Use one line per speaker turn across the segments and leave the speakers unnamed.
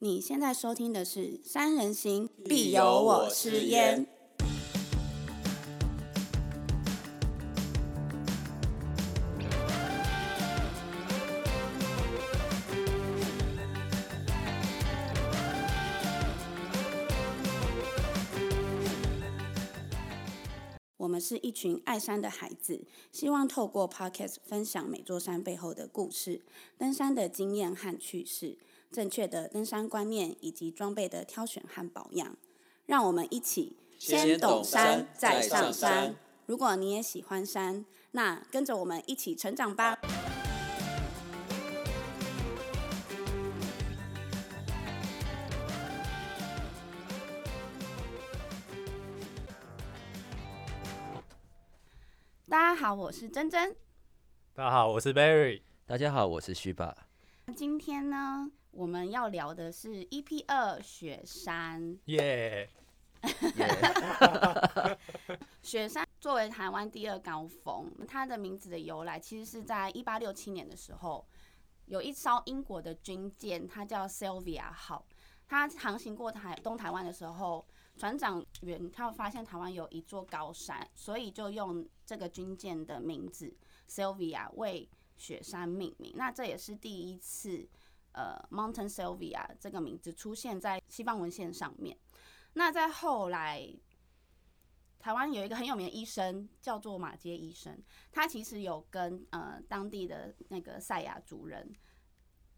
你现在收听的是《三人行必
必
有
有
我
我
师
师
焉
焉》。
我们是一群爱山的孩子，希望透过 Podcast 分享每座山背后的故事、登山的经验和趣事、正确的登山观念以及装备的挑选和保养。让我们一起
先
懂
懂山
再
再
山
上山。
如果你也喜欢山，那跟着我们一起成长吧。大家好，我是珍珍。
大家好，我是 Barry。
大家好，我是徐爸。
今天呢，我们要聊的是 EP 二雪山。
耶、
雪山作为台湾第二高峰，它的名字的由来其实是在一八六七年的时候，有一艘英国的军舰，它叫 Sylvia 号，它航行过台东台湾的时候，船长员他发现台湾有一座高山，所以就用这个军舰的名字 Sylvia 为雪山命名。那这也是第一次，呃，Mountain Sylvia 这个名字出现在西方文献上面。那在后来，台湾有一个很有名的医生叫做马街医生，他其实有跟呃当地的那个赛亚族人，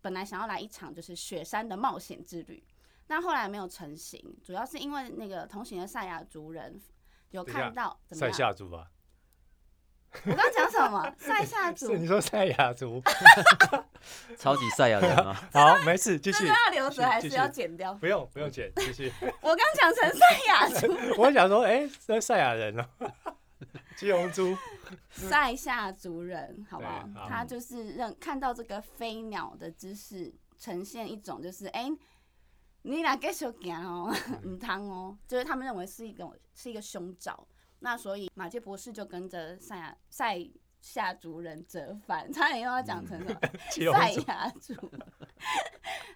本来想要来一场就是雪山的冒险之旅，但后来没有成型，主要是因为那个同行的赛亚族人有
等一下
看到怎么
塞
样？
夏族吧？
我刚讲什么？塞夏族
是你说塞雅族？
超级赛亚人啊吗？
好，没事，继
这
续
个，要留着还
继
是
续
要剪掉？
不用不用剪，继续。
我刚讲成赛亚族、
我想说，哎、这塞雅人哦， 七龙珠。
塞夏族人，好不好
对？好
他就是让看到这个飞鸟的姿势，呈现一种就是哎、你俩给手行哦，唔汤哦，就是他们认为是一种是一个凶兆。那所以马杰博士就跟着塞亚塞夏族人折返，差点又要讲成什么？
七龙
赛
珠
亚族。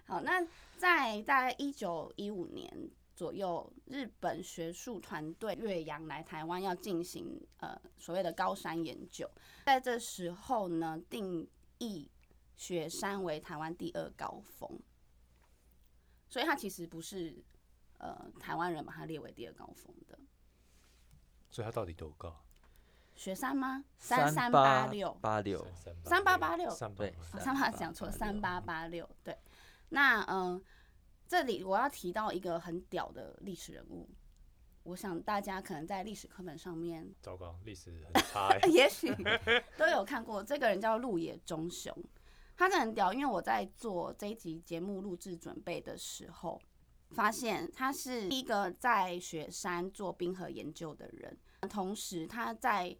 好，那在大概一九一五年左右，日本学术团队岳阳来台湾要进行呃所谓的高山研究，在这时候呢，定义雪山为台湾第二高峰，所以它其实不是呃台湾人把它列为第二高峰的。
所以它到底多高？
雪山吗？ 三
三
八六，
八六，
三八八六
三八
对
哦三八讲错，三八八六对。那嗯、呃这里我要提到一个很屌的历史人物，我想大家可能在历史课本上面，
糟糕，历史很差哎、
也许都有看过。这个人叫鹿野忠雄，他真的很屌，因为我在做这一集节目录制准备的时候，发现他是一个在雪山做冰河研究的人，同时他在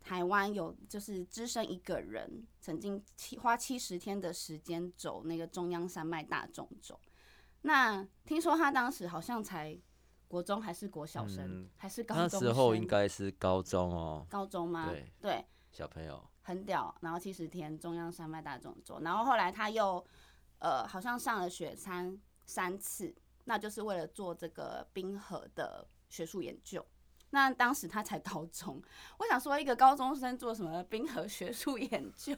台湾有就是只身一个人，曾经七花七十天的时间走那个中央山脉大纵走。那听说他当时好像才国中还是国小生，
嗯
还是高
那
中
时候
生
应该是高中哦，
高中吗？
对小朋友。
很屌。然后七十天中央山脉大众走，然后后来他又呃好像上了雪山三次，那就是为了做这个冰河的学术研究。那当时他才 高中，我想说一个高中生做什么冰河学术研究？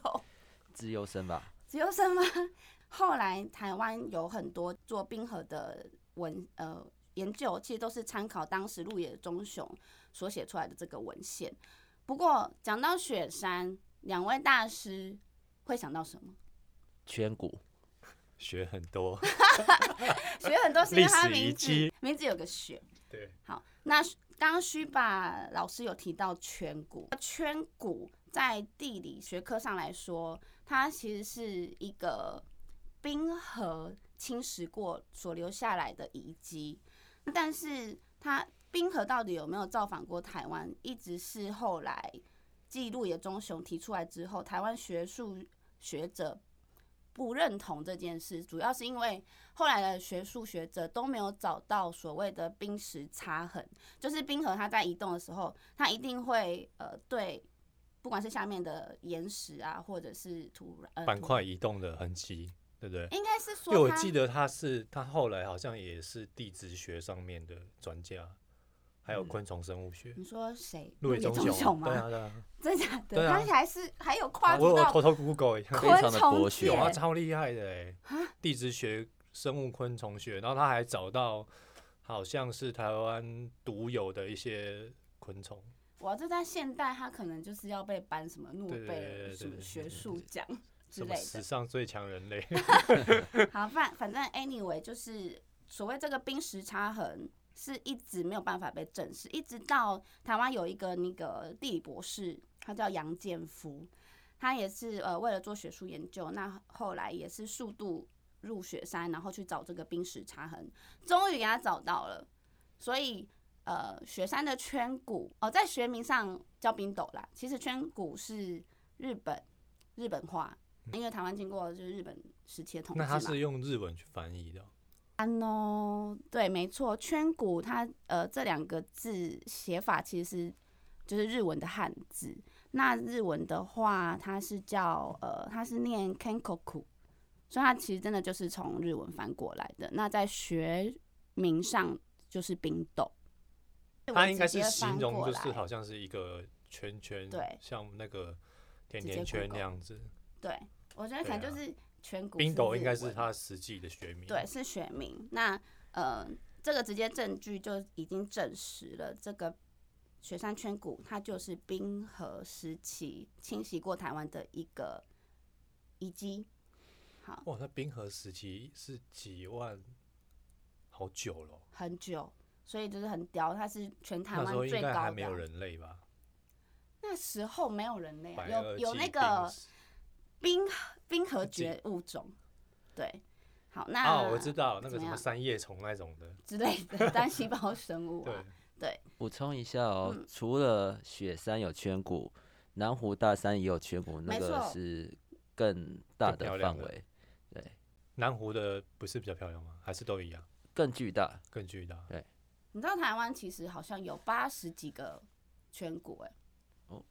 自优生吧，
只有什么？ 后来台湾有很多做冰河的文呃研究，其实都是参考当时鹿野忠雄所写出来的这个文献。不过讲到雪山，两位大师会想到什么？
圈谷
学很多。
学很多是因为他
历史遗
名字
迹
名字有个雪。
对，
好，那刚刚虚吧老师有提到圈谷，圈谷在地理学科上来说，它其实是一个冰河侵蚀过所留下来的遗迹，但是它冰河到底有没有造访过台湾，一直是后来记录野中雄提出来之后，台湾学术学者。不认同这件事，主要是因为后来的学术学者都没有找到所谓的冰石擦痕，就是冰河它在移动的时候，它一定会呃对，不管是下面的岩石啊，或者是土壤、呃、
板
土
块移动的痕迹。对不对？
应该是
因为
说
我
他
记得他是他后来好像也是地质学上面的专家，还有
嗯
昆虫生物学。
你说谁？
陆野
中
雄，
吗？
对啊对啊，
真假的？
对啊
他还是还有跨
啊
度
我我
到
偷偷 Google 一下，
非
昆
常的
虫
博
界
学
有啊，
耶
超厉害的哎、
啊
地质学、生物、昆虫学，然后他还找到好像是台湾独有的一些昆虫，
哇，这在现代他可能就是要被颁什么诺
对对
贝
对
尔
对
什么
对
学
对对
术奖之
什
类
么
的
史。上最强人类。
好，反反正 anyway 就是所谓这个冰石差痕是一直没有办法被证实，一直到台湾有一个那个地理博士，他叫杨建夫，他也是呃为了做学术研究，那后来也是速度入雪山，然后去找这个冰石差痕，终于给他找到了，所以。呃，雪山的圈谷哦，在学名上叫冰斗啦。其实圈谷是日本日本话，因为台湾经过就是日本时期的统治
嗯 那
嘛。
他是用日文去翻译的哦，
安哦，对，没错，圈谷它呃这两个字写法其实是就是日文的汉字。那日文的话，它是叫呃，它是念 kenkoku，所以它其实真的就是从日文翻过来的。那在学名上就是冰斗，
他应该
日
是
文直接
形
翻
容
过
就
来
是好像是一个圈圈，
对
像那个甜
直接
甜圈
Google
那样子。
对，我觉得可能
对
就
啊
是圈谷
冰斗
日
应该
文
是他实际的学名，
对，，是学名。那呃，这个直接证据就已经证实了，这个雪山圈谷它就是冰河时期侵袭过台湾的一个遗迹。好，
哇，那冰河时期是几万，好久了哦，
很久，所以就是很屌，它是全台
那时
湾
候
最
应该
高
还
的
没有
啊。
人类吧？
那时候没有人类啊，
白
有
垩
有那
纪冰
个
时
冰河冰河
纪
绝物种，对。好，那、
哦，我知道那
嗯怎
个
么
什么
样
三叶虫那种的，
之类的 单细胞生物
对
啊，，
补充一下哦，
嗯
除了雪山有圈谷，南湖大山也有圈谷，那
没
个
错
是更大
更漂
的
亮
范
的
围，对，
南湖的不是比较漂亮吗？还是都一样，
更巨大。
更巨大？
你知道台湾其实好像有八十几个全国哎、
哦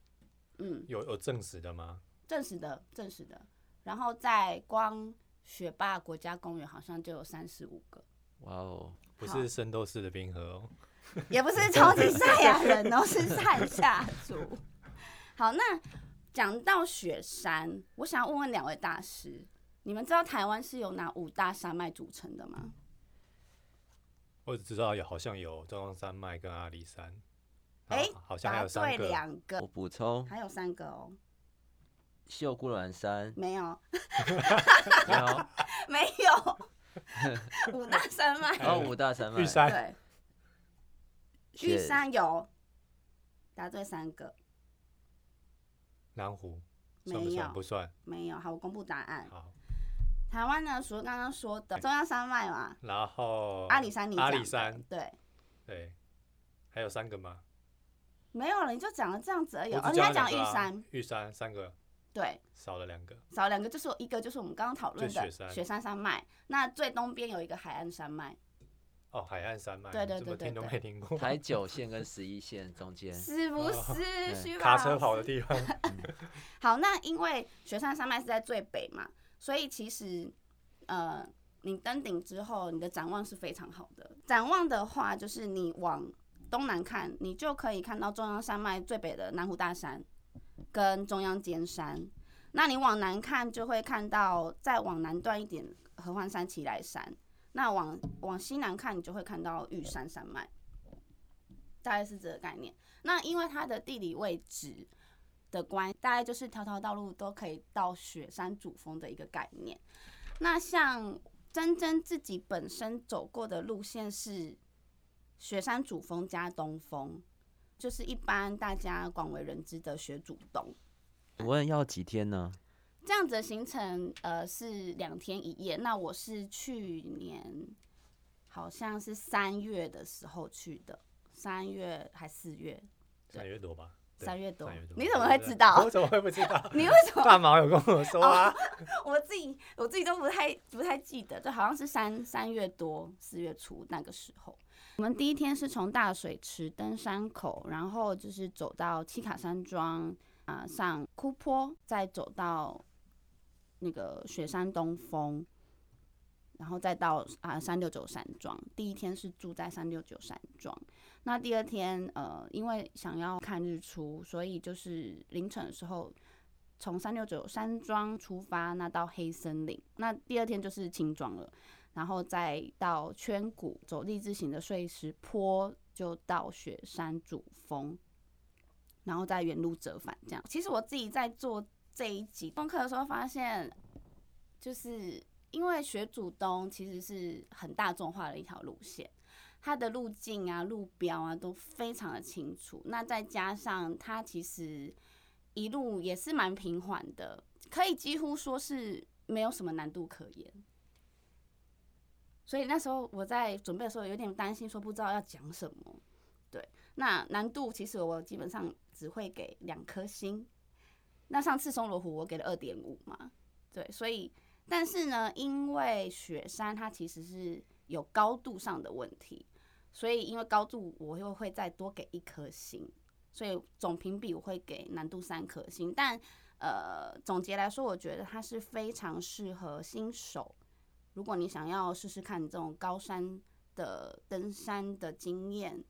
嗯，
有有证实的吗？
证实的，证实的。然后在光雪霸国家公园好像就有三十五个，
哇哦，
不
好
是圣斗士的冰河哦，
也不是超级赛亚人哦，是塞夏族。好，那讲到雪山，我想问问两位大师，你们知道台湾是由哪五大山脉组成的吗？
我只知道有好像有中央山脉跟阿里山，
哎
然后啊好像还
答
有三
对
个，
两
我
个，
补充，
还有三个哦，
秀姑 峦山
没有，
没有
没 有，五大山脉。
还有五大山脉，
玉山
对，玉
雪
山有答对三个，
南湖
没
算不算？
有
不算。
没有。好，我公布答案。
好，
台湾呢，除了刚刚说的中央山脉嘛，
然后
阿里山你
哦阿
讲
里
的
山
对，
对，还有三个吗？
没有了，你就讲了这样子而已。
我
哦，
只
你还讲
讲了
玉
两个啊
山，，
玉山三个，
对，
少了两个。
少两个就是一个就是我们刚刚讨论
就
的
雪山
雪山山脉，那最东边有一个海岸山脉，
哦，海岸山脉，
对对
怎么
对对
听都
对
没听过。
台九线跟十一线中间，
是不 是？
对
徐
哦卡
宝
车跑
是
的地方，
好，那因为雪山山脉是在最北嘛，所以其实呃，你登顶之后，你的展望是非常好的。展望的话，就是你往东南看，你就可以看到中央山脉最北的南湖大山跟中央尖山。那你往南看，就会看到再往南段一点合欢山、奇来山。那往往西南看，你就会看到玉山山脉，大概是这个概念。那因为它的地理位置，的关，大概就是条条道路都可以到雪山主峰的一个概念。那像珍珍自己本身走过的路线是雪山主峰加东峰，就是一般大家广为人知的雪主东。
我问要几天呢？
这样子的行程，呃，是两天一夜。那我是去年好像是三月的时候去的，三月还四月，
三月多吧？对
三月多
三月多。
你怎么
对啊
会知道
我怎么会不知道？
你哦为什么
大毛有跟我说啊，
我自己我自己都不太不太记得，就好像是三三月多四月初那个时候。我们第一天是从大水池登山口，然后就是走到七卡山庄啊、上枯坡，再走到那个雪山东峰。然后再到啊三六九山庄。第一天是住在三六九山庄，那第二天呃，因为想要看日出，所以就是凌晨的时候从三六九山庄出发，那到黑森林，那第二天就是青庄了，然后再到圈谷，走立志行的碎石坡，就到雪山主峰，然后再原路折返这样。其实我自己在做这一集功课的时候，发现就是因为学主东其实是很大众化的一条路线，它的路径啊、路标啊都非常的清楚。那再加上它其实一路也是蛮平缓的，可以几乎说是没有什么难度可言。所以那时候我在准备的时候有点担心，说不知道要讲什么。对，那难度其实我基本上只会给两颗星。那上次松罗湖我给了二点五嘛，对，所以但是呢，因为雪山它其实是有高度上的问题，所以因为高度我又会再多给一颗星，所以总评比我会给难度三颗星。但呃，总结来说，我觉得它是非常适合新手。如果你想要试试看这种高山的登山的经验，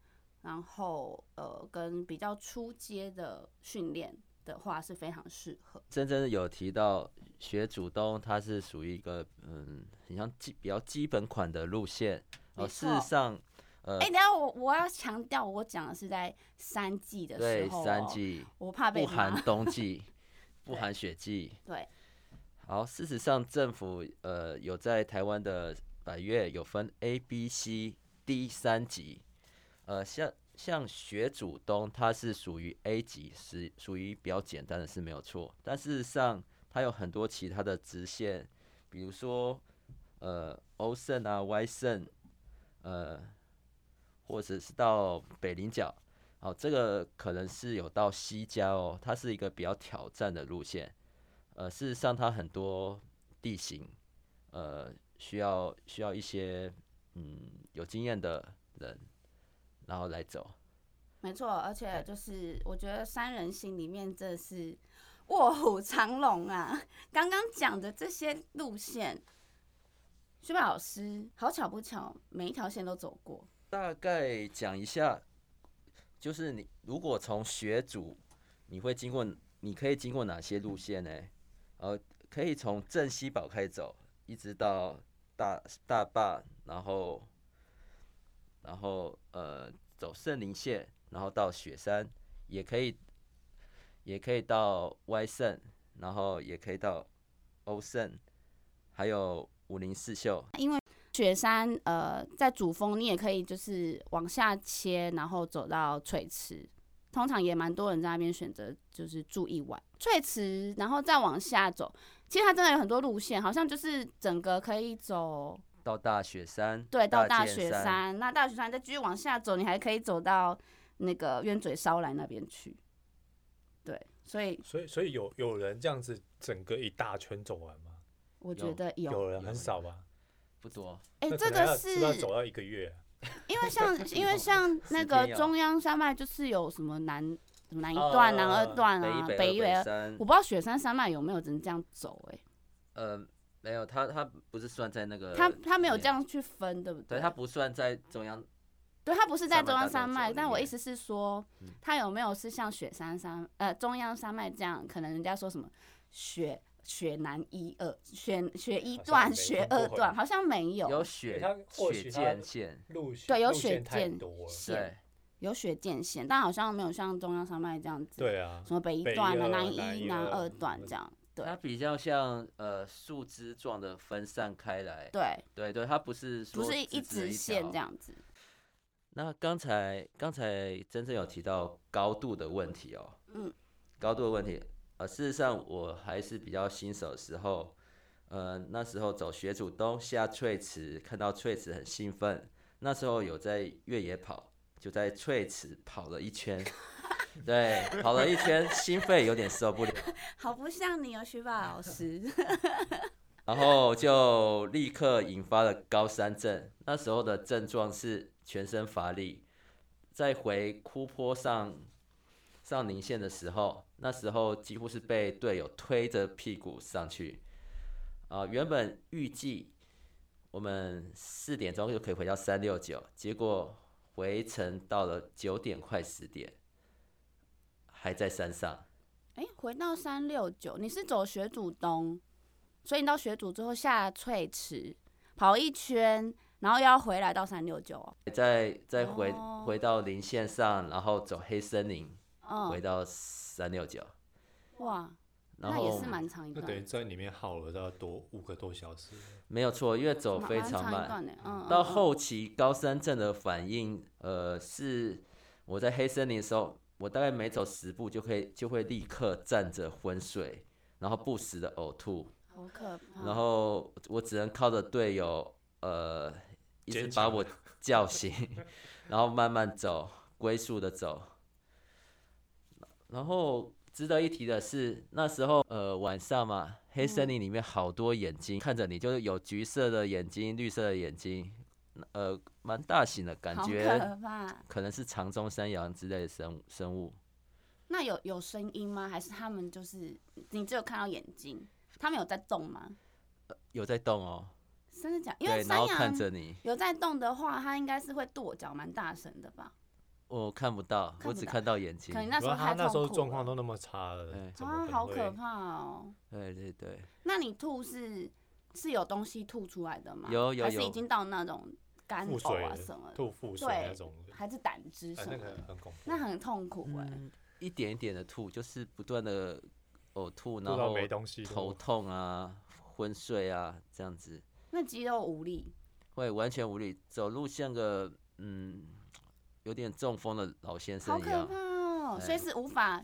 然后呃，跟比较初阶的训练的话，是非常适合。
真正有提到学主动，它是属于一个嗯，很像基比较基本款的路线。
没
哦，事实
错
上，呃
哎、，等一下我我要强调，我讲的是在三季的时
对，
候、哦
三，季
我怕被
不含
骂。
冬季，不
对
含雪季。
对，
好，事实上，政府呃有在台湾的百越有分 A、B、C、D 三级，呃，像像雪主东，它是属于 A 级，是属于比较简单的，是没有错。但事实上，它有很多其他的直线，比如说呃 O 胜啊、Y 胜，呃，或者是到北菱角。好，这个可能是有到西加哦，它是一个比较挑战的路线。呃，事实上它很多地形，呃，需要需要一些嗯有经验的人，然后来走。
没错，而且就是我觉得三人行里面这是卧虎藏龙啊！刚刚讲的这些路线，薛宝老师好巧不巧，每一条线都走过。
大概讲一下，就是你如果从学组，你会经过，你可以经过哪些路线呢？呃，可以从镇西堡开始走，一直到大大坝，然后然后呃走圣林线，然后到雪山，也可以也可以到歪圣，然后也可以到欧圣，还有五林四秀，
雪山，呃，在主峰你也可以就是往下切，然后走到翠池，通常也蛮多人在那边选择就是住一晚。翠池，然后再往下走，其实它真的有很多路线，好像就是整个可以走，
到大雪山，
对，到
大
大
剑
雪
山
山，那大雪山再继续往下走，你还可以走到那个鸢嘴烧来那边去。对，所以
所以所以有有人这样子整个一大圈走完吗？
我
有
觉得有，
有人
有
很少吧？
不多。
哎、
那
这
可能
个
要
是
不要走到一个月啊？
因为像因为像那
四
个
天哦
中央山脉就是有什么南什么南一段、南二
呃
段
北
啊
一、
北一、
北
北
二
二，
山
我，不知道雪山山脉有没有人这样走哎、
呃，没有，他他不是算在那个，
他他没有
里面
这，样去分，对不
呃对
对？
他不算在中央，
对他不是在
山脉
中央
大
山
众走
脉，
里
但我
面
意思是说
嗯，
他有没有是像雪山山呃中央山脉这样？可能人家说什么雪雪南一二、雪雪一
好像
段、
没
雪
听过
二
欸
段，好像没有
有雪
他或
雪
许他
见线，
路线
对有
路
雪
线太
见
多了，
线
对，
有雪见线，但好像没有像中央山脉这样子，
对啊，
什么北一
北一
段啊、
二
南
南
一、
一
南
二
二段
嗯
这样，对
它比较像呃树枝状的分散开来，
对。
对对，它不是
不
说
是
直
一
直
直线
条
这。样子。
那刚才刚才真正有提到高度的问题哦，
嗯，
高度的问题，呃，事实上我还是比较新手的时候，呃，那时候走雪主东下翠池，看到翠池很兴奋，那时候有在越野跑，就在翠池跑了一圈， 对，跑了一圈，心肺有点受不了，
好不像你哦，徐爸老师。
然后就立刻引发了高山症。那时候的症状是全身乏力，在回枯坡上上宁县的时候，那时候几乎是被队友推着屁股上去。啊、原本预计我们四点钟就可以回到三六九，结果回程到了九点快十点，还在山上。
哎、回到三六九，你是走学主东，所以你到学主之后下翠池跑一圈，然后又要回来到三六九哦。
再再回、
哦
回到林线上，然后走黑森林，回
嗯，
到三六九，
哇，
然
那也
后
是蛮长一
那等于
段，
在里面耗了大概多五个多小时。
没有错，因为走
蛮
非
蛮
常
长一
慢。
段的。嗯，嗯
到
嗯
后期高山症的反应，呃，是我在黑森林的时候，我大概每走十步就可以就会立刻站着昏睡，然后不时的呕吐，
好可怕。
然后我只能靠着队友，呃，一直
坚
把
强
我叫醒， 然后慢慢走，龟速的走。然后值得一提的是，那时候呃晚上嘛，黑
嗯
森林里面好多眼睛、看着你，就是有橘色的眼睛、绿色的眼睛，呃，蛮大型的感
好
觉，
可怕。
可能是长鬃山羊之类的生物生物。
那有有声音吗？还是他们就是你只有看到眼睛？他们有在动吗？
有在动哦，
真的假？因为
对，然后
山
看
羊
着你，
有在动的话，它应该是会跺脚，蛮大声的吧？
我看不到，
看
我
不
只
到
看到眼睛
可。能那时
不
候
过啊
太
他那时候
痛
状
苦
况
了
都那么差了
哎，
怎么
啊，
能
好
会
可怕哦！
对对对。
那你吐是是有东西吐出来的吗？
有有
还是
有
已经到那种干
腹
呕
水
啊
的
什么的，
吐腹水
对
那种的，
还是胆汁
哎
什么
那个
的，
很恐怖。
那很痛苦哎、
嗯，一点一点的吐，就是不断的呕吐，
吐
然
到
后
没东西
头
吐，
痛啊、昏睡啊这样子，
那肌肉无力，
会完全无力，走路像个嗯有点中风的老先
好
生一
可
样
怕，哦！所以
哎
是无法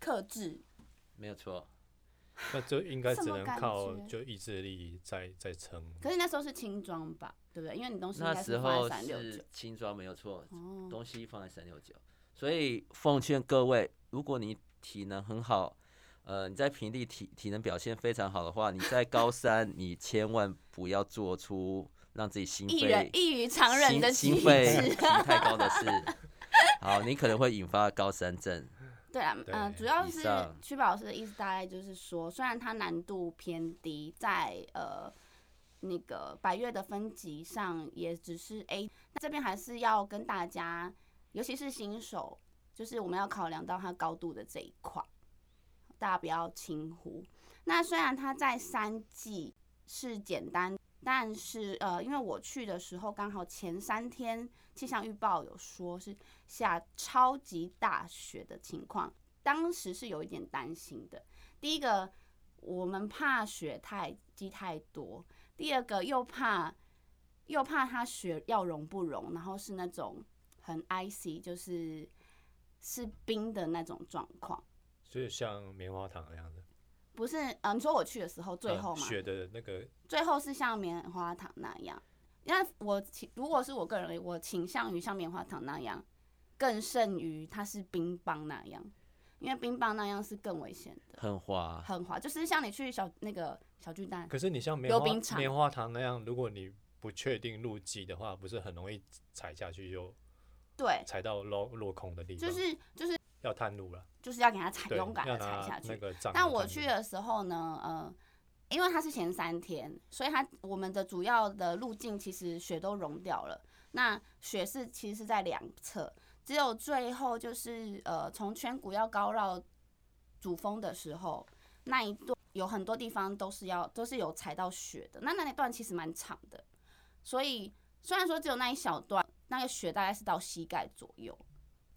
克制，
没有错。
那就应该
什
只
么
能
感
靠
觉
就意志力在在撑。
可是那时候是轻装吧，对不对？因为你东西应
那
该
时
放
候
在三六九
是。轻装，没有错，
哦，
东西放在三六九，所以奉劝各位，如果你体能很好。呃，你在平地体体能表现非常好的话，你在高山你千万不要做出让自己心
异人
肺
异于常人的
心
体
心肺，
质
太高的事， 好，你可能会引发高山症。
对啊，嗯、
对
主要
以
是
上
曲宝老师的意思，大概就是说，虽然它难度偏低，在呃那个百越的分级上也只是 A，那这边还是要跟大家，尤其是新手，就是我们要考量到它高度的这一块，大家不要轻忽。那虽然它在三季是简单，但是呃，因为我去的时候刚好前三天气象预报有说是下超级大雪的情况，当时是有一点担心的。第一个，我们怕雪太积太多；第二个，又怕又怕它雪要融不融，然后是那种很 icy，就是是冰的那种状况。
就是像棉花糖那样的，
不是，嗯、你说我去的时候最
呃
后嘛，
雪的那个
最后是像棉花糖那样。因为我倾，如果是我个人而言，我倾向于像棉花糖那样，更胜于它是冰棒那样，因为冰棒那样是更危险的，
很滑，
很滑，就是像你去小那个小巨蛋，
啊可是你像棉
溜
花
冰场
棉花糖那样，如果你不确定路基的话，不是很容易踩下去就
对，
踩到落落空的地方，
就是就是
要探路了，
就是要给它踩，
对，
勇敢
要
的踩
拿
下
那
去。
个杖来探路。
但我去的时候呢，呃，因为它是前三天，所以它我们的主要的路径其实雪都融掉了。那雪是其实是在两侧，只有最后就是呃从圈谷要高绕主峰的时候，那一段有很多地方都是要都是有踩到雪的。那那一段其实蛮长的，所以虽然说只有那一小段，那个雪大概是到膝盖左右。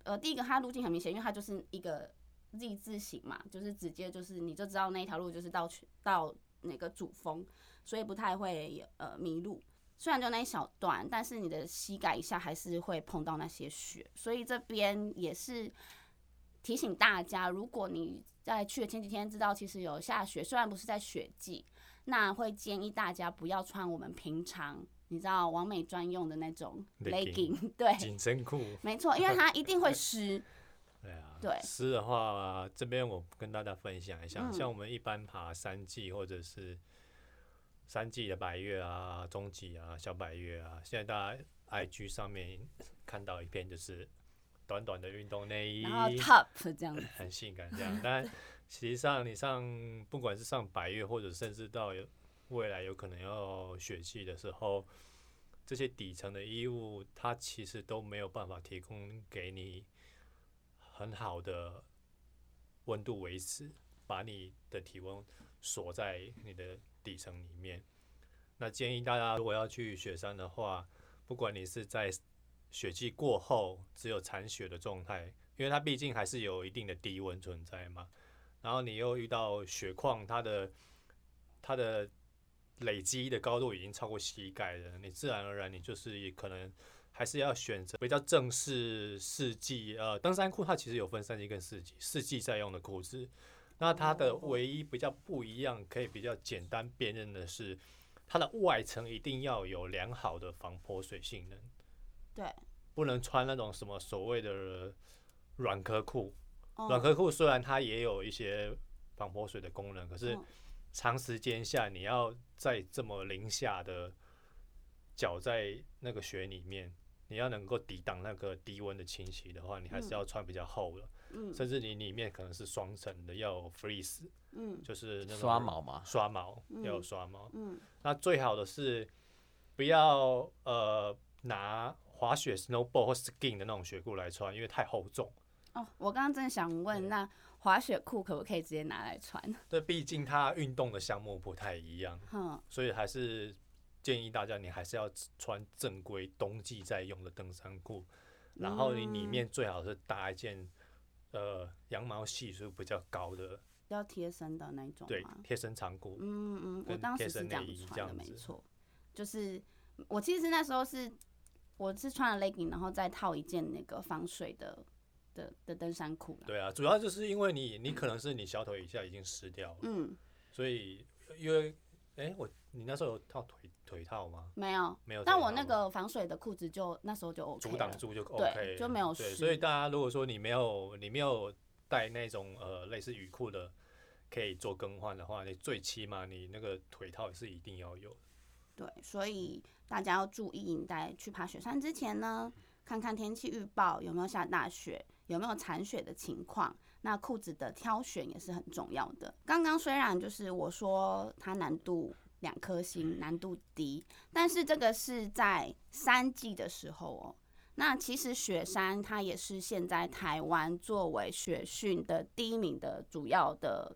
呃，第一个它路径很明显，因为它就是一个 Z 字形嘛，就是直接就是你就知道那一条路就是到去到那个主峰，所以不太会呃迷路。虽然就那一小段，但是你的膝盖以下还是会碰到那些雪，所以这边也是提醒大家，如果你在去的前几天知道其实有下雪，虽然不是在雪季，那会建议大家不要穿我们平常你知道完美专用的那种
Legging
legging，对，
紧身裤，
没错，因为它一定会湿。
对啊，
对
湿的话，这边我跟大家分享一下，
嗯
像我们一般爬三季或者是三季的白月啊、中级啊、小白月啊，现在大家 IG 上面看到一片就是短短的运动内衣，
然后 top 这样子，
很性感这样，但实际上你上不管是上百越，或者甚至到有未来有可能要雪季的时候，这些底层的衣物它其实都没有办法提供给你很好的温度维持，把你的体温锁在你的底层里面。那建议大家如果要去雪山的话，不管你是在雪季过后只有残雪的状态，因为它毕竟还是有一定的低温存在嘛。然后你又遇到雪况，它的它的累积的高度已经超过膝盖了，你自然而然你就是可能还是要选择比较正式四季呃登山裤，它其实有分三季跟四季，四季在用的裤子。那它的唯一比较不一样，可以比较简单辨认的是，它的外层一定要有良好的防泼水性能。
对，
不能穿那种什么所谓的软壳裤。
嗯
软壳裤虽然它也有一些防泼水的功能，可是
嗯
长时间下你要在这么零下的脚在那个雪里面，你要能够抵挡那个低温的侵袭的话，你还是要穿比较厚的，
嗯
甚至你里面可能是双层的，要有 freeze，
嗯
就是那种
刷毛啊嘛，
刷毛
嗯
要有刷毛。
嗯
那最好的是不要呃拿滑雪 snowboard 或 skiing 的那种雪裤来穿，因为太厚重。
哦，我刚刚真的想问，那滑雪裤可不可以直接拿来穿？
对，毕竟它运动的项目不太一样，
哼，
所以还是建议大家你还是要穿正规冬季在用的登山裤，然后你
嗯
里面最好是搭一件呃羊毛系数比较高的
要贴身的那种
对
吗？
贴身长裤。
嗯嗯，我
跟
当时
贴
是
身
这样
内衣这
穿的，
样
没
子
错，就是我其实那时候是我是穿了 legging，然后再套一件那个防水的的的登山裤啦。
对啊，主要就是因为你你可能是你小腿以下已经湿掉了，
嗯，
所以因为哎、我你那时候有套腿腿套吗？
没有，
没有腿套
但
吗，
我那个防水的裤子就那时候就 OK
阻挡
了
住就 OK，
对就没有
对，
湿
所以大家如果说你没有你没有带那种呃类似雨裤的，可以做更换的话，你最起码你那个腿套是一定要有的。
对，所以大家要注意，你在去爬雪山之前呢，看看天气预报有没有下大雪，有没有残雪的情况。那裤子的挑选也是很重要的。刚刚虽然就是我说它难度两颗星，难度低，但是这个是在三季的时候哦。那其实雪山它也是现在台湾作为雪训的第一名的主要的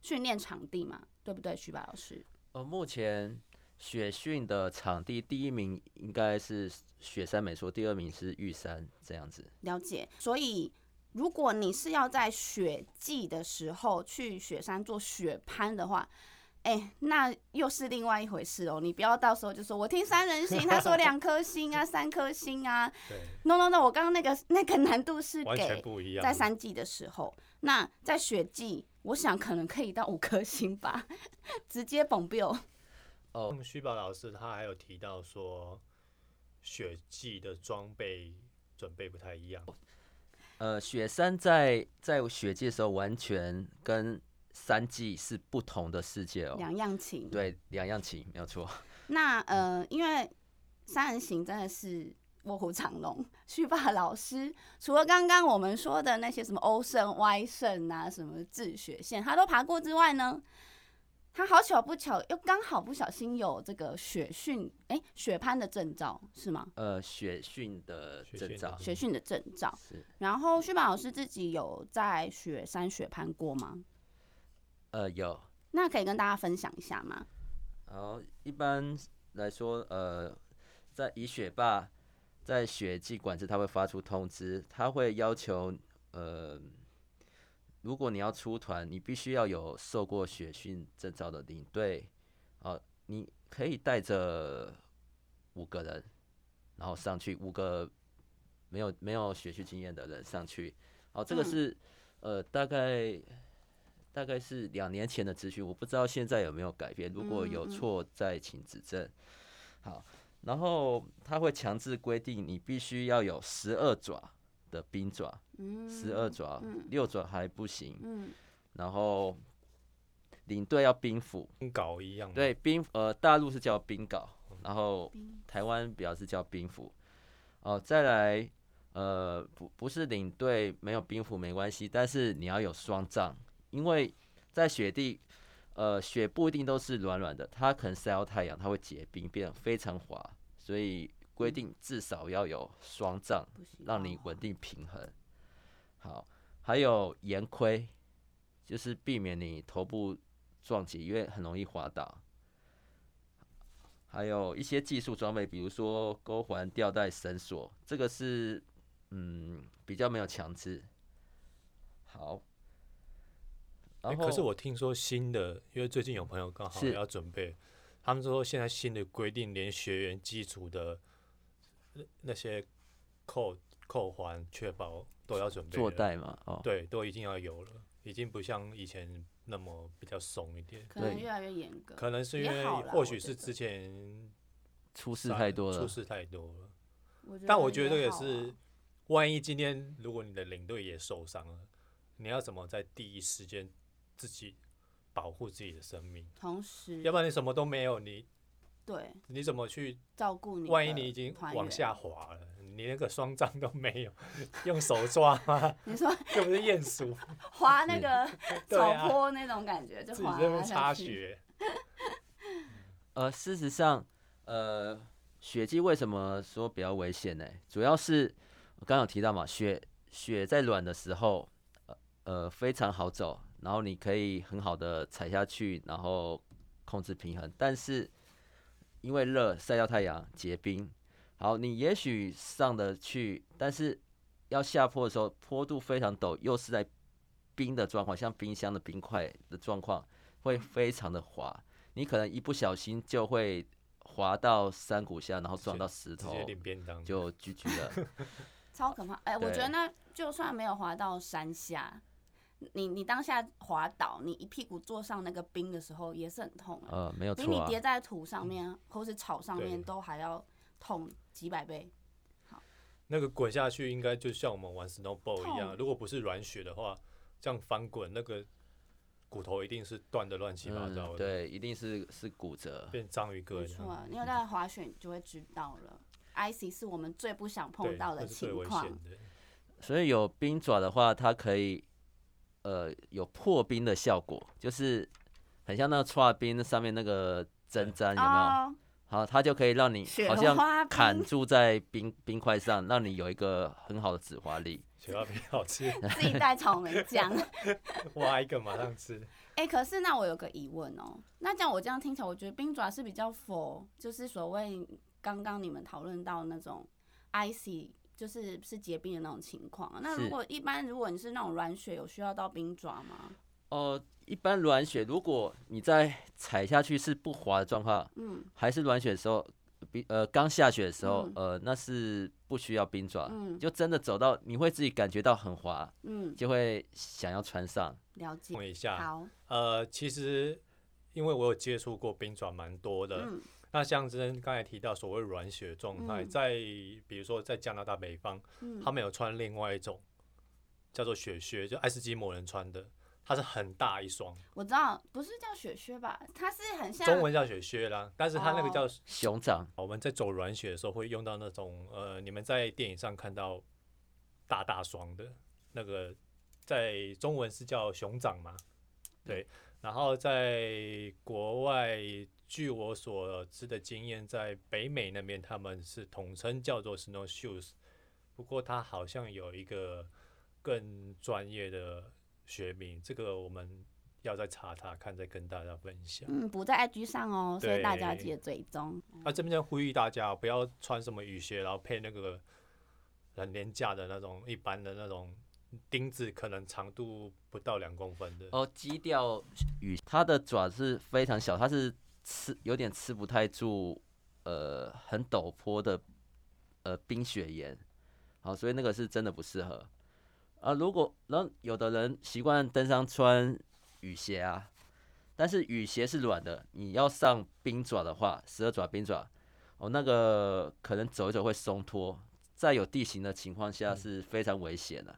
训练场地嘛，对不对，徐白老师？
呃，目前雪训的场地第一名应该是雪山美术，第二名是玉山这样子。
了解。所以，如果你是要在雪季的时候去雪山做雪攀的话，哎、那又是另外一回事哦。你不要到时候就说我听三人行，他说两颗星啊，三颗星啊。
对，
No No No，我刚刚那个那个难度是
完全
给
不一样。
在三季的时候，那在雪季，我想可能可以到五颗星吧，直接蹦 b
哦，
嗯虚宝老师他还有提到说，雪季的装备准备不太一样。
呃，雪山在在雪季的时候完全跟山季是不同的世界哦。
两样情。
对，两样情，没有错。
那呃，因为三人行真的是卧虎藏龙，旭爸老师除了刚刚我们说的那些什么欧胜、歪胜啊，什么自学线，他都爬过之外呢，他好巧不巧又刚好不小心有这个雪训，哎、雪攀的证照是吗？
呃，雪训的
雪
证
训的
照
雪训的证照。
是
然后旭爸老师自己有在雪山雪攀过吗？
呃有
那可以跟大家分享一下吗？
然后一般来说，呃，在以雪霸在雪季管制，它会发出通知，它会要求，呃，如果你要出团，你必须要有受过雪训证照的领队，哦、你可以带着五个人，然后上去五个没有没有雪训经验的人上去，好、这个
嗯
是、呃大概大概是两年前的资讯，我不知道现在有没有改变。如果有
嗯嗯
错，再请指正。好，然后他会强制规定你必须要有十二爪的冰爪，
嗯，
十二爪
嗯，
六爪还不行。
嗯，
然后领队要冰斧，
跟搞一样吗，
对冰呃大陆是叫冰镐，然后
冰
台湾表示叫冰斧。哦，再来呃不不是领队没有冰斧没关系，但是你要有双杖，因为在雪地呃，雪不一定都是软软的，它可能晒到太阳，它会结冰，变得非常滑。所以规
嗯
定至少要有霜杖，
不行，
让你稳定平衡。好，还有岩盔，就是避免你头部撞击，因为很容易滑倒。还有一些技术装备，比如说钩环、吊带、绳索，这个是嗯比较没有强制。好，
欸
然后、
可是我听说新的，因为最近有朋友刚好
是
要准备，他们说现在新的规定，连学员基础的那那些扣扣环、确保都要准备
坐
了，
带嘛，哦，
对，都已经要有了，已经不像以前那么比较松一点。
可能
对
越来越严格。
可能是因
也
为
好啦
或
我
许
觉
是
得
之前
出事
啥
太多
出
了，
事太多了。
我
但我觉得这个也
好啊
是，万一今天如果你的领队也受伤了，你要怎么在第一时间自己保护自己的生命？
同时
要不然你什么都没有，你
对
你怎么去？
照顾你的团员。
万一你已经往下滑了，你那个双杖都没有， 用手抓吗？
你 说
又不是 鼹鼠，
滑那个
对 啊
草坡那种感觉，就
自己
滑
在那边
下
擦
去。
雪，
呃，事实上，呃，雪季为什么说比较危险呢？主要是我刚刚有提到嘛，雪雪在软的时候，呃呃非常好走，然后你可以很好的踩下去，然后控制平衡。但是因为热晒到太阳结冰，好，你也许上得去，但是要下坡的时候坡度非常陡，又是在冰的状况，像冰箱的冰块的状况，会非常的滑。你可能一不小心就会滑到山谷下，然后撞到石
直
头
接，领便当。
就 GG 了。
超可怕！哎、我觉
对
得那就算没有滑到山下，你你当下滑倒，你一屁股坐上那个冰的时候也是很痛、
哦
啊，
呃，没有
比
错
你
啊。
跌在土上面啊或是草上面
嗯对
都还要痛几百倍。
那个滚下去应该就像我们玩 snowball 一样，
痛
如果不是软雪的话，这样翻滚那个骨头一定是断的乱七八
嗯，
糟的，
对，一定是是骨折。
变章鱼哥
没
一
错
样。
啊，你有在滑雪你就会知道了。icy 是我们最不想碰
对，
到
那
的
是最
情
危
况，哦
险的。
所以有冰爪的话，它可以呃有破冰的效果，就是很像那个刨冰上面那个针毡有没有？
哦，
好，它就可以让你
雪
好像
花
砍
冰
住在冰冰块上，让你有一个很好的止滑力。
雪花饼 好吃，
自己带草 莓酱。
挖一个马上吃。
哎、可是那我有个疑问哦，那这样我这样听起来，我觉得冰爪是比较否，就是所谓刚刚你们讨论到那种 icy，就是是结冰的那种情况啊。那
是
如果一般如果你是那种软雪，有需要到冰爪吗？
哦、一般软雪，如果你在踩下去是不滑的状况，
嗯
还是软雪的时候，比呃刚下雪的时候
嗯，
呃那是不需要冰爪，
嗯
就真的走到你会自己感觉到很滑，
嗯，
就会想要穿上。
了解。
问一下，
好，
呃，其实因为我有接触过冰爪蛮多的，
嗯
那像之前刚才提到所谓软雪状态，
嗯
在比如说在加拿大北方，他
嗯，
们有穿另外一种叫做雪靴，就爱斯基摩人穿的，它是很大一双，
我知道，不是叫雪靴吧？它是很像
中文叫雪靴啦，但是它那个
哦
叫、
熊掌，
我们在走软雪的时候会用到那种呃，你们在电影上看到大大双的那个，在中文是叫熊掌嘛，对。然后在国外，据我所知的经验，在北美那边他们是统称叫做 snow shoes，不过它好像有一个更专业的学名，这个我们要再查查看，再跟大家分享。
嗯，不在 IG 上哦，所以大家
对
记得追踪。
那、啊这边在呼吁大家不要穿什么雨靴，然后配那个很廉价的那种一般的那种钉子，可能长度不到两公分的。
哦，基调羽，它的爪是非常小，它是吃有点吃不太住，呃，很陡坡的呃冰雪岩，好，所以那个是真的不适合。啊，如果然后有的人习惯登山穿雨鞋啊，但是雨鞋是软的，你要上冰爪的话，十二爪冰爪，哦，那个可能走一走会松脱，在有地形的情况下
嗯
是非常危险的、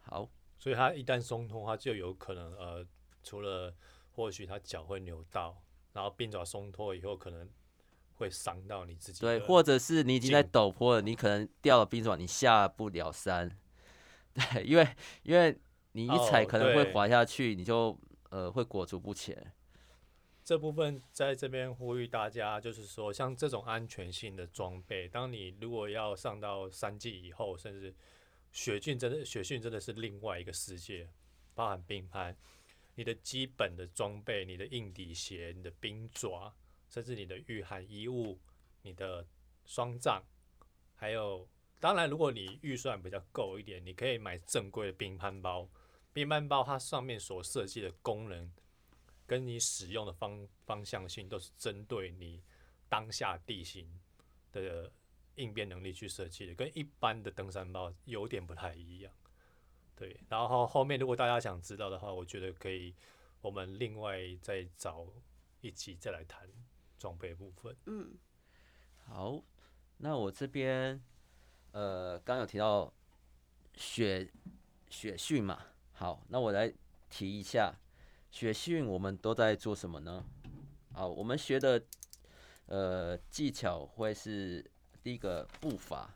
好，
所以它一旦松脱，它就有可能呃，除了或许它脚会扭到，然后鬓爪松脱以后可能会伤到你自己的。
对，或者是你已经在
进
陡坡了，你可能掉了冰爪，你下不了 山。对，因为因为你一踩
哦
可能会
对
滑下去，你就呃会裹足不前。
这部分在这边呼吁大家，就是说，像这种安全性的装备，当你如果要上到三季以后，甚至雪训，真的雪训真的是另外一个世界，包含冰拍，你的基本的装备，你的硬底鞋、你的冰爪，甚至你的御寒衣物、你的双杖，还有，当然，如果你预算比较够一点，你可以买正规的冰攀包。冰攀包它上面所设计的功能跟你使用的方方向性都是针对你当下地形的应变能力去设计的，跟一般的登山包有点不太一样。对，然后后面如果大家想知道的话，我觉得可以，我们另外再找一集再来谈装备部分。
嗯，
好，那我这边呃刚有提到雪雪训嘛，好，那我来提一下雪训我们都在做什么呢？啊，我们学的呃技巧会是第一个步伐，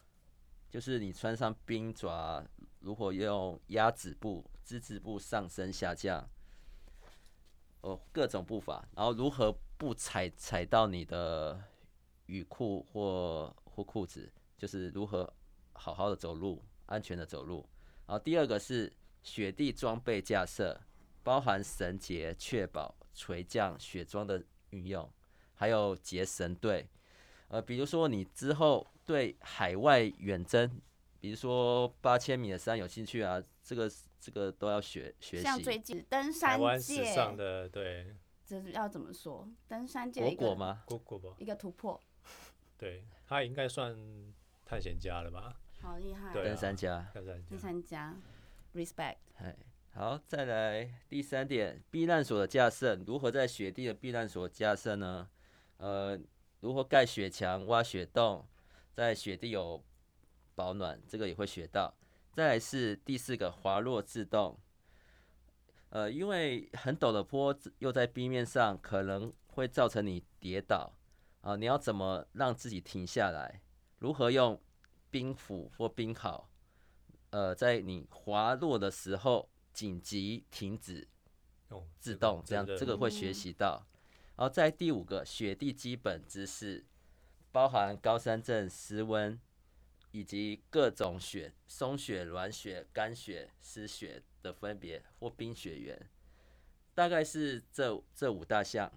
就是你穿上冰爪，如何用鸭子步、之字步上升下降，哦，各种步伐，然后如何不踩踩到你的雨裤或或裤子，就是如何好好的走路，安全的走路。然后第二个是雪地装备架设，包含绳结，确保垂降雪装的运用，还有结绳队。呃，比如说你之后对海外远征，比如说八千米的山有兴趣啊，这个这个都要学学习。
像最近登
台
山
湾时
界，
尚的对
这是要怎么说？登山界
果
一
果
个
吗？
姑姑吧，
一个突破，
对他应该算探险家了吧？
好厉害！
对啊
登山家。
探险
第
家。
三家，respect，
哎，好，再来第三点，避难所的架设，如何在雪地的避难所架设呢？呃，如何盖雪墙、挖雪洞，在雪地有保暖，这个也会学到。再来是第四个滑落自动，呃，因为很陡的坡又在冰面上，可能会造成你跌倒啊、你要怎么让自己停下来？如何用冰斧或冰镐呃，在你滑落的时候紧急停止
哦，
自动，这样
真的
这个
嗯
会学习到。然后在第五个雪地基本知识，包含高山症、湿温以及各种雪、松雪、软雪、干雪、湿雪的分别或冰雪原，大概是这这五大项。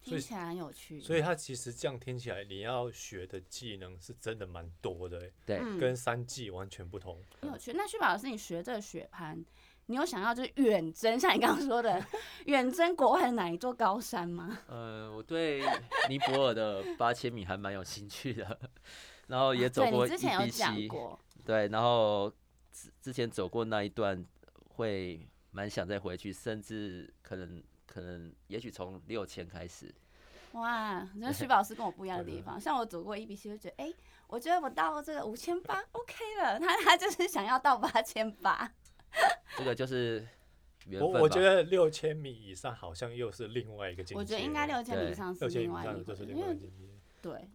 所
听
以
起来很有趣。
所以它其实这样听起来，你要学的技能是真的蛮多的欸、
对，
嗯
跟三季完全不同。
很有趣。那旭宝老师，你学这个雪攀，你有想要就是远征，像你刚刚说 的远征国外的哪一座高山吗？
呃，我对尼泊尔的八千米还蛮有兴趣的， 然后也走
对
过
你
伊
之
E
前有
比
讲
西。
过，
对，然后之之前走过那一段，会蛮想再回去，甚至可能可能也许从六千开始。
哇，那徐宝老师跟我不一样的地方，像我走过一比七就觉得，哎、我觉得我到这个五千八 OK 了， 他他就是想要到八千八，
这个就是缘
我
分吧。
我觉得六千米以上好像又是另外一个境界。
我觉得应该六千
对
以上是
啊六千
另
以
外
上
一
就
个，
是
因
另外一个
为
境界。
对，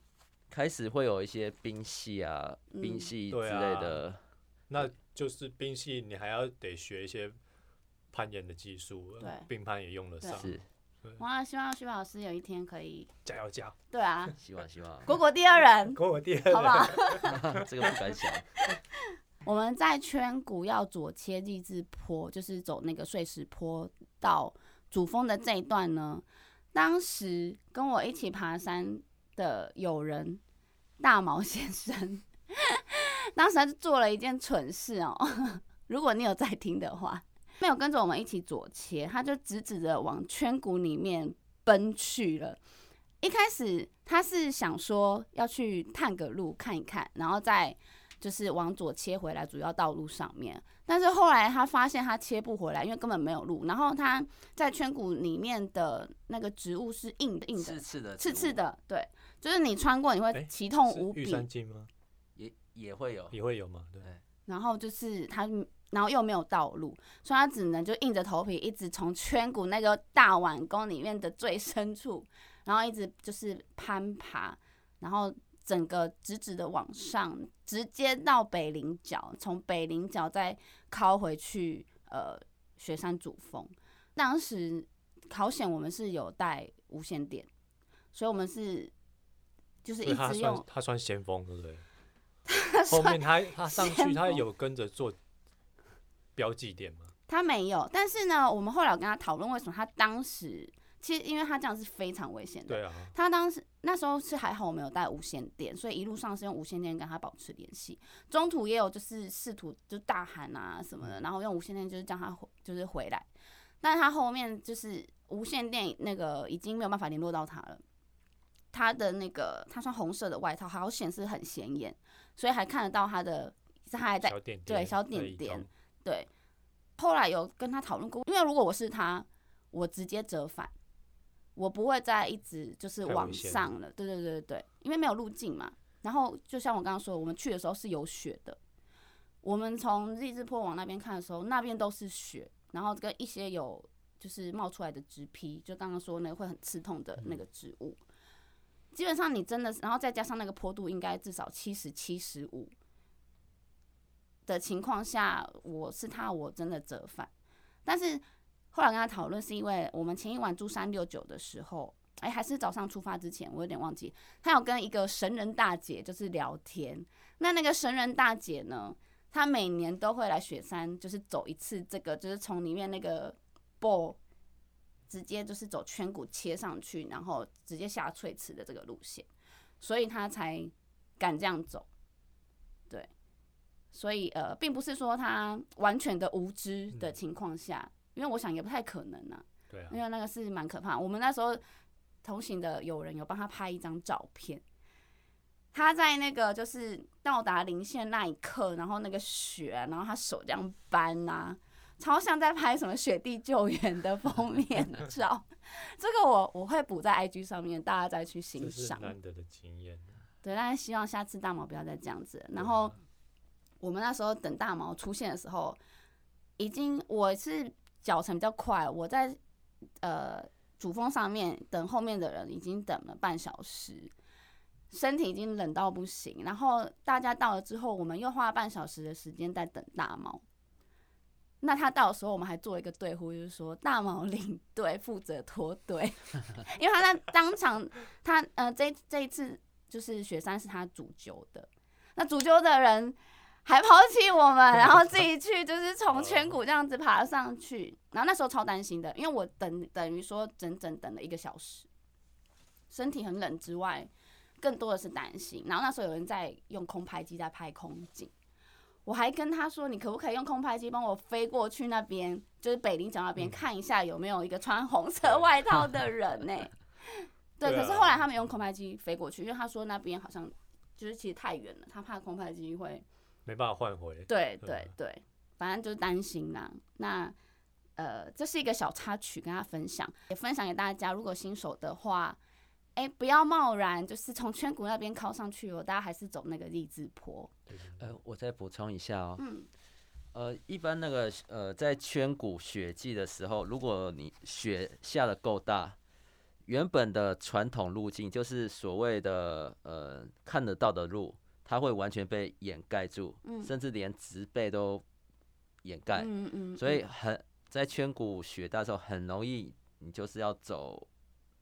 开始会有一些冰系啊、
嗯
冰系之
对
类
啊
的，
那就是冰系，你还要得学一些攀岩的技术，
对
冰攀也用得上。
是
哇，希望徐宝老师有一天可以，
加油加油！
对啊，
希望希望，
果果第二人，
跟我第二
好不好？
这个不敢想。
我们在圈谷要左切荔枝坡，就是走那个碎石坡到主峰的这一段呢。当时跟我一起爬山的友人大毛先生， 当时他就做了一件蠢事哦。 如果你有在听的话，没有跟着我们一起左切，他就直直的往圈谷里面奔去了。一开始他是想说要去探个路看一看，然后再就是往左切回来主要道路上面。但是后来他发现他切不回来，因为根本没有路。然后他在圈谷里面的那个植物是硬的， 硬
刺
的，
刺的植
刺
物
刺的，对，就是你穿过你会
哎
奇痛
哦是
无
玉
比。
山金吗？
也也会有，
也会有吗？对
对
然后就是他，然后又没有道路，所以他只能就硬着头皮一直从圈谷那个大碗宫里面的最深处，然后一直就是攀爬，然后整个直直的往上，直接到北岭角，从北岭角再靠回去呃雪山主峰。当时考选我们是有带无线电，所以我们是就是
所
一
以他
直
算
用。
他算先锋，对不对？
他
后
算
面他他上去
先
他
锋
有跟着做标记点嘛？
他没有，但是呢，我们后来有跟他讨论为什么他当时其实因为他这样是非常危险的。
对啊，
他当时那时候是还好我们有带无线电，所以一路上是用无线电跟他保持联系。中途也有就是试图就大喊啊什么的，然后用无线电就是叫他回就是回来，但他后面就是无线电那个已经没有办法联络到他了。他的那个他穿红色的外套，好显示很显眼，所以还看得到他的，他还在
小点点
对小
的
点
移
点
动
对，后来有跟他讨论过，因为如果我是他，我直接折返，我不会再一直就是
太危
往
险
上了。对对对对对，因为没有路径嘛。然后就像我刚刚说的，我们去的时候是有雪的，我们从日之坡往那边看的时候，那边都是雪，然后跟一些有就是冒出来的植皮，就刚刚说那个会很刺痛
嗯
的那个植物。基本上你真的是，然后再加上那个坡度应该至少七十七十五的情况下，我是他，我真的折返。但是后来跟他讨论，是因为我们前一晚住三六九的时候，哎、还是早上出发之前，我有点忘记，他有跟一个神人大姐就是聊天。那那个神人大姐呢，她每年都会来雪山，就是走一次这个，就是从里面那个 b 直接就是走圈谷切上去，然后直接下翠池的这个路线，所以他才敢这样走。对，所以呃，并不是说他完全的无知的
嗯
情况下，因为我想也不太可能啊，
对啊，
因为那个是蛮可怕。我们那时候同行的友人有帮他拍一张照片，他在那个就是到达零线那一刻，然后那个雪啊、然后他手这样扳啊，超像在拍什么雪地救援的封面照。 这个我我会补在 IG 上面，大家再去欣
这是
赏。
难得的经验。
对，但是希望下次大毛不要再这样子。然后我们那时候等大毛出现的时候，已经我是脚程比较快，我在呃主峰上面等后面的人已经等了半小时，身体已经冷到不行。然后大家到了之后，我们又花了半小时的时间在等大毛。那他到的时候，我们还做一个对呼，就是说大毛领队负责脱队， 因为他在当场，他呃这一这一次就是雪山是他主揪的，那主揪的人还抛弃我们，然后自己去就是从圈谷这样子爬上去。然后那时候超担心的，因为我等等于说整整等了一个小时，身体很冷之外，更多的是担心。然后那时候有人在用空拍机在拍空景，我还跟他说：“你可不可以用空拍机帮我飞过去那边，就是北林角那边、
嗯
看一下有没有一个穿红色外套的人呢、对，
对啊
可是后来他没用空拍机飞过去，因为他说那边好像就是其实太远了，他怕空拍机会
没办法换回，
对
对
对
啊
对，反正就是担心啦。那呃，这是一个小插曲，跟大家分享，也分享给大家。如果新手的话，哎、不要贸然就是从圈谷那边靠上去哦，大家还是走那个荔枝坡。
对对对
呃，我再补充一下哦，
嗯，
呃，一般那个呃，在圈谷雪季的时候，如果你雪下的够大，原本的传统路径就是所谓的呃看得到的路，它会完全被掩盖住，
嗯
甚至连植被都掩盖，
嗯嗯，
哎所以
嗯
很在圈谷雪大的时候，很容易你就是要走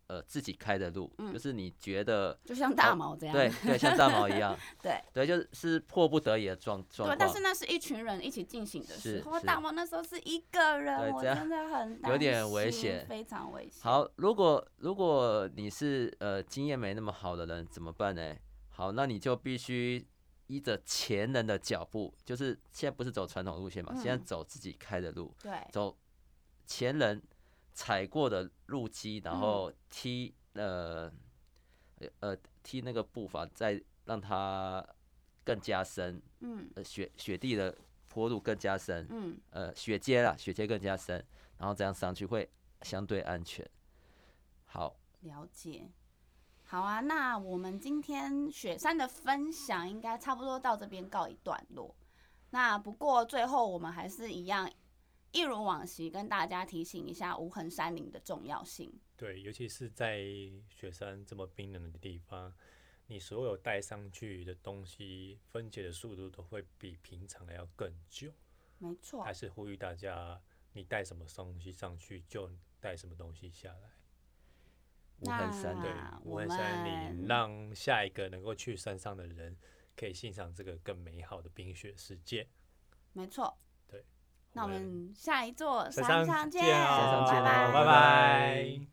呃自己开的路，
嗯
就是你觉得
就像大毛这样，
哦对对，像大毛一样，
对
对，就是迫不得已的状状
对
况。
但是那是一群人一起进行的时
是
候，
是
大毛那时候是一个人，
对
我
这样
真的很
有点
担
危
心
险
非常危险。
好，如果如果你是呃经验没那么好的人，怎么办呢？好，那你就必须依着前人的脚步，就是现在不是走传统路线嘛，现在
嗯
走自己开的路，
对，
走前人踩过的路基，
嗯
然后踢、呃呃踢那个步伐，再让它更加深，
嗯
呃雪雪地的坡度更加深，
嗯，
呃雪阶啦，雪阶更加深，然后这样上去会相对安全。好，
了解。好啊，那我们今天雪山的分享应该差不多到这边告一段落。那不过最后我们还是一样，一如往昔跟大家提醒一下无痕山林的重要性。
对，尤其是在雪山这么冰冷的地方，你所有带上去的东西分解的速度都会比平常的要更久。
没错
还，是呼吁大家你带什么东西上去就带什么东西下来。
无痕山
那
对
啊，
无
我
痕山
们
里让下一个能够去山上的人可以欣赏这个更美好的冰雪世界。
没错。
对，
那我们下一座山
山上
上见，
见哦
山上见
拜
哦拜拜
拜拜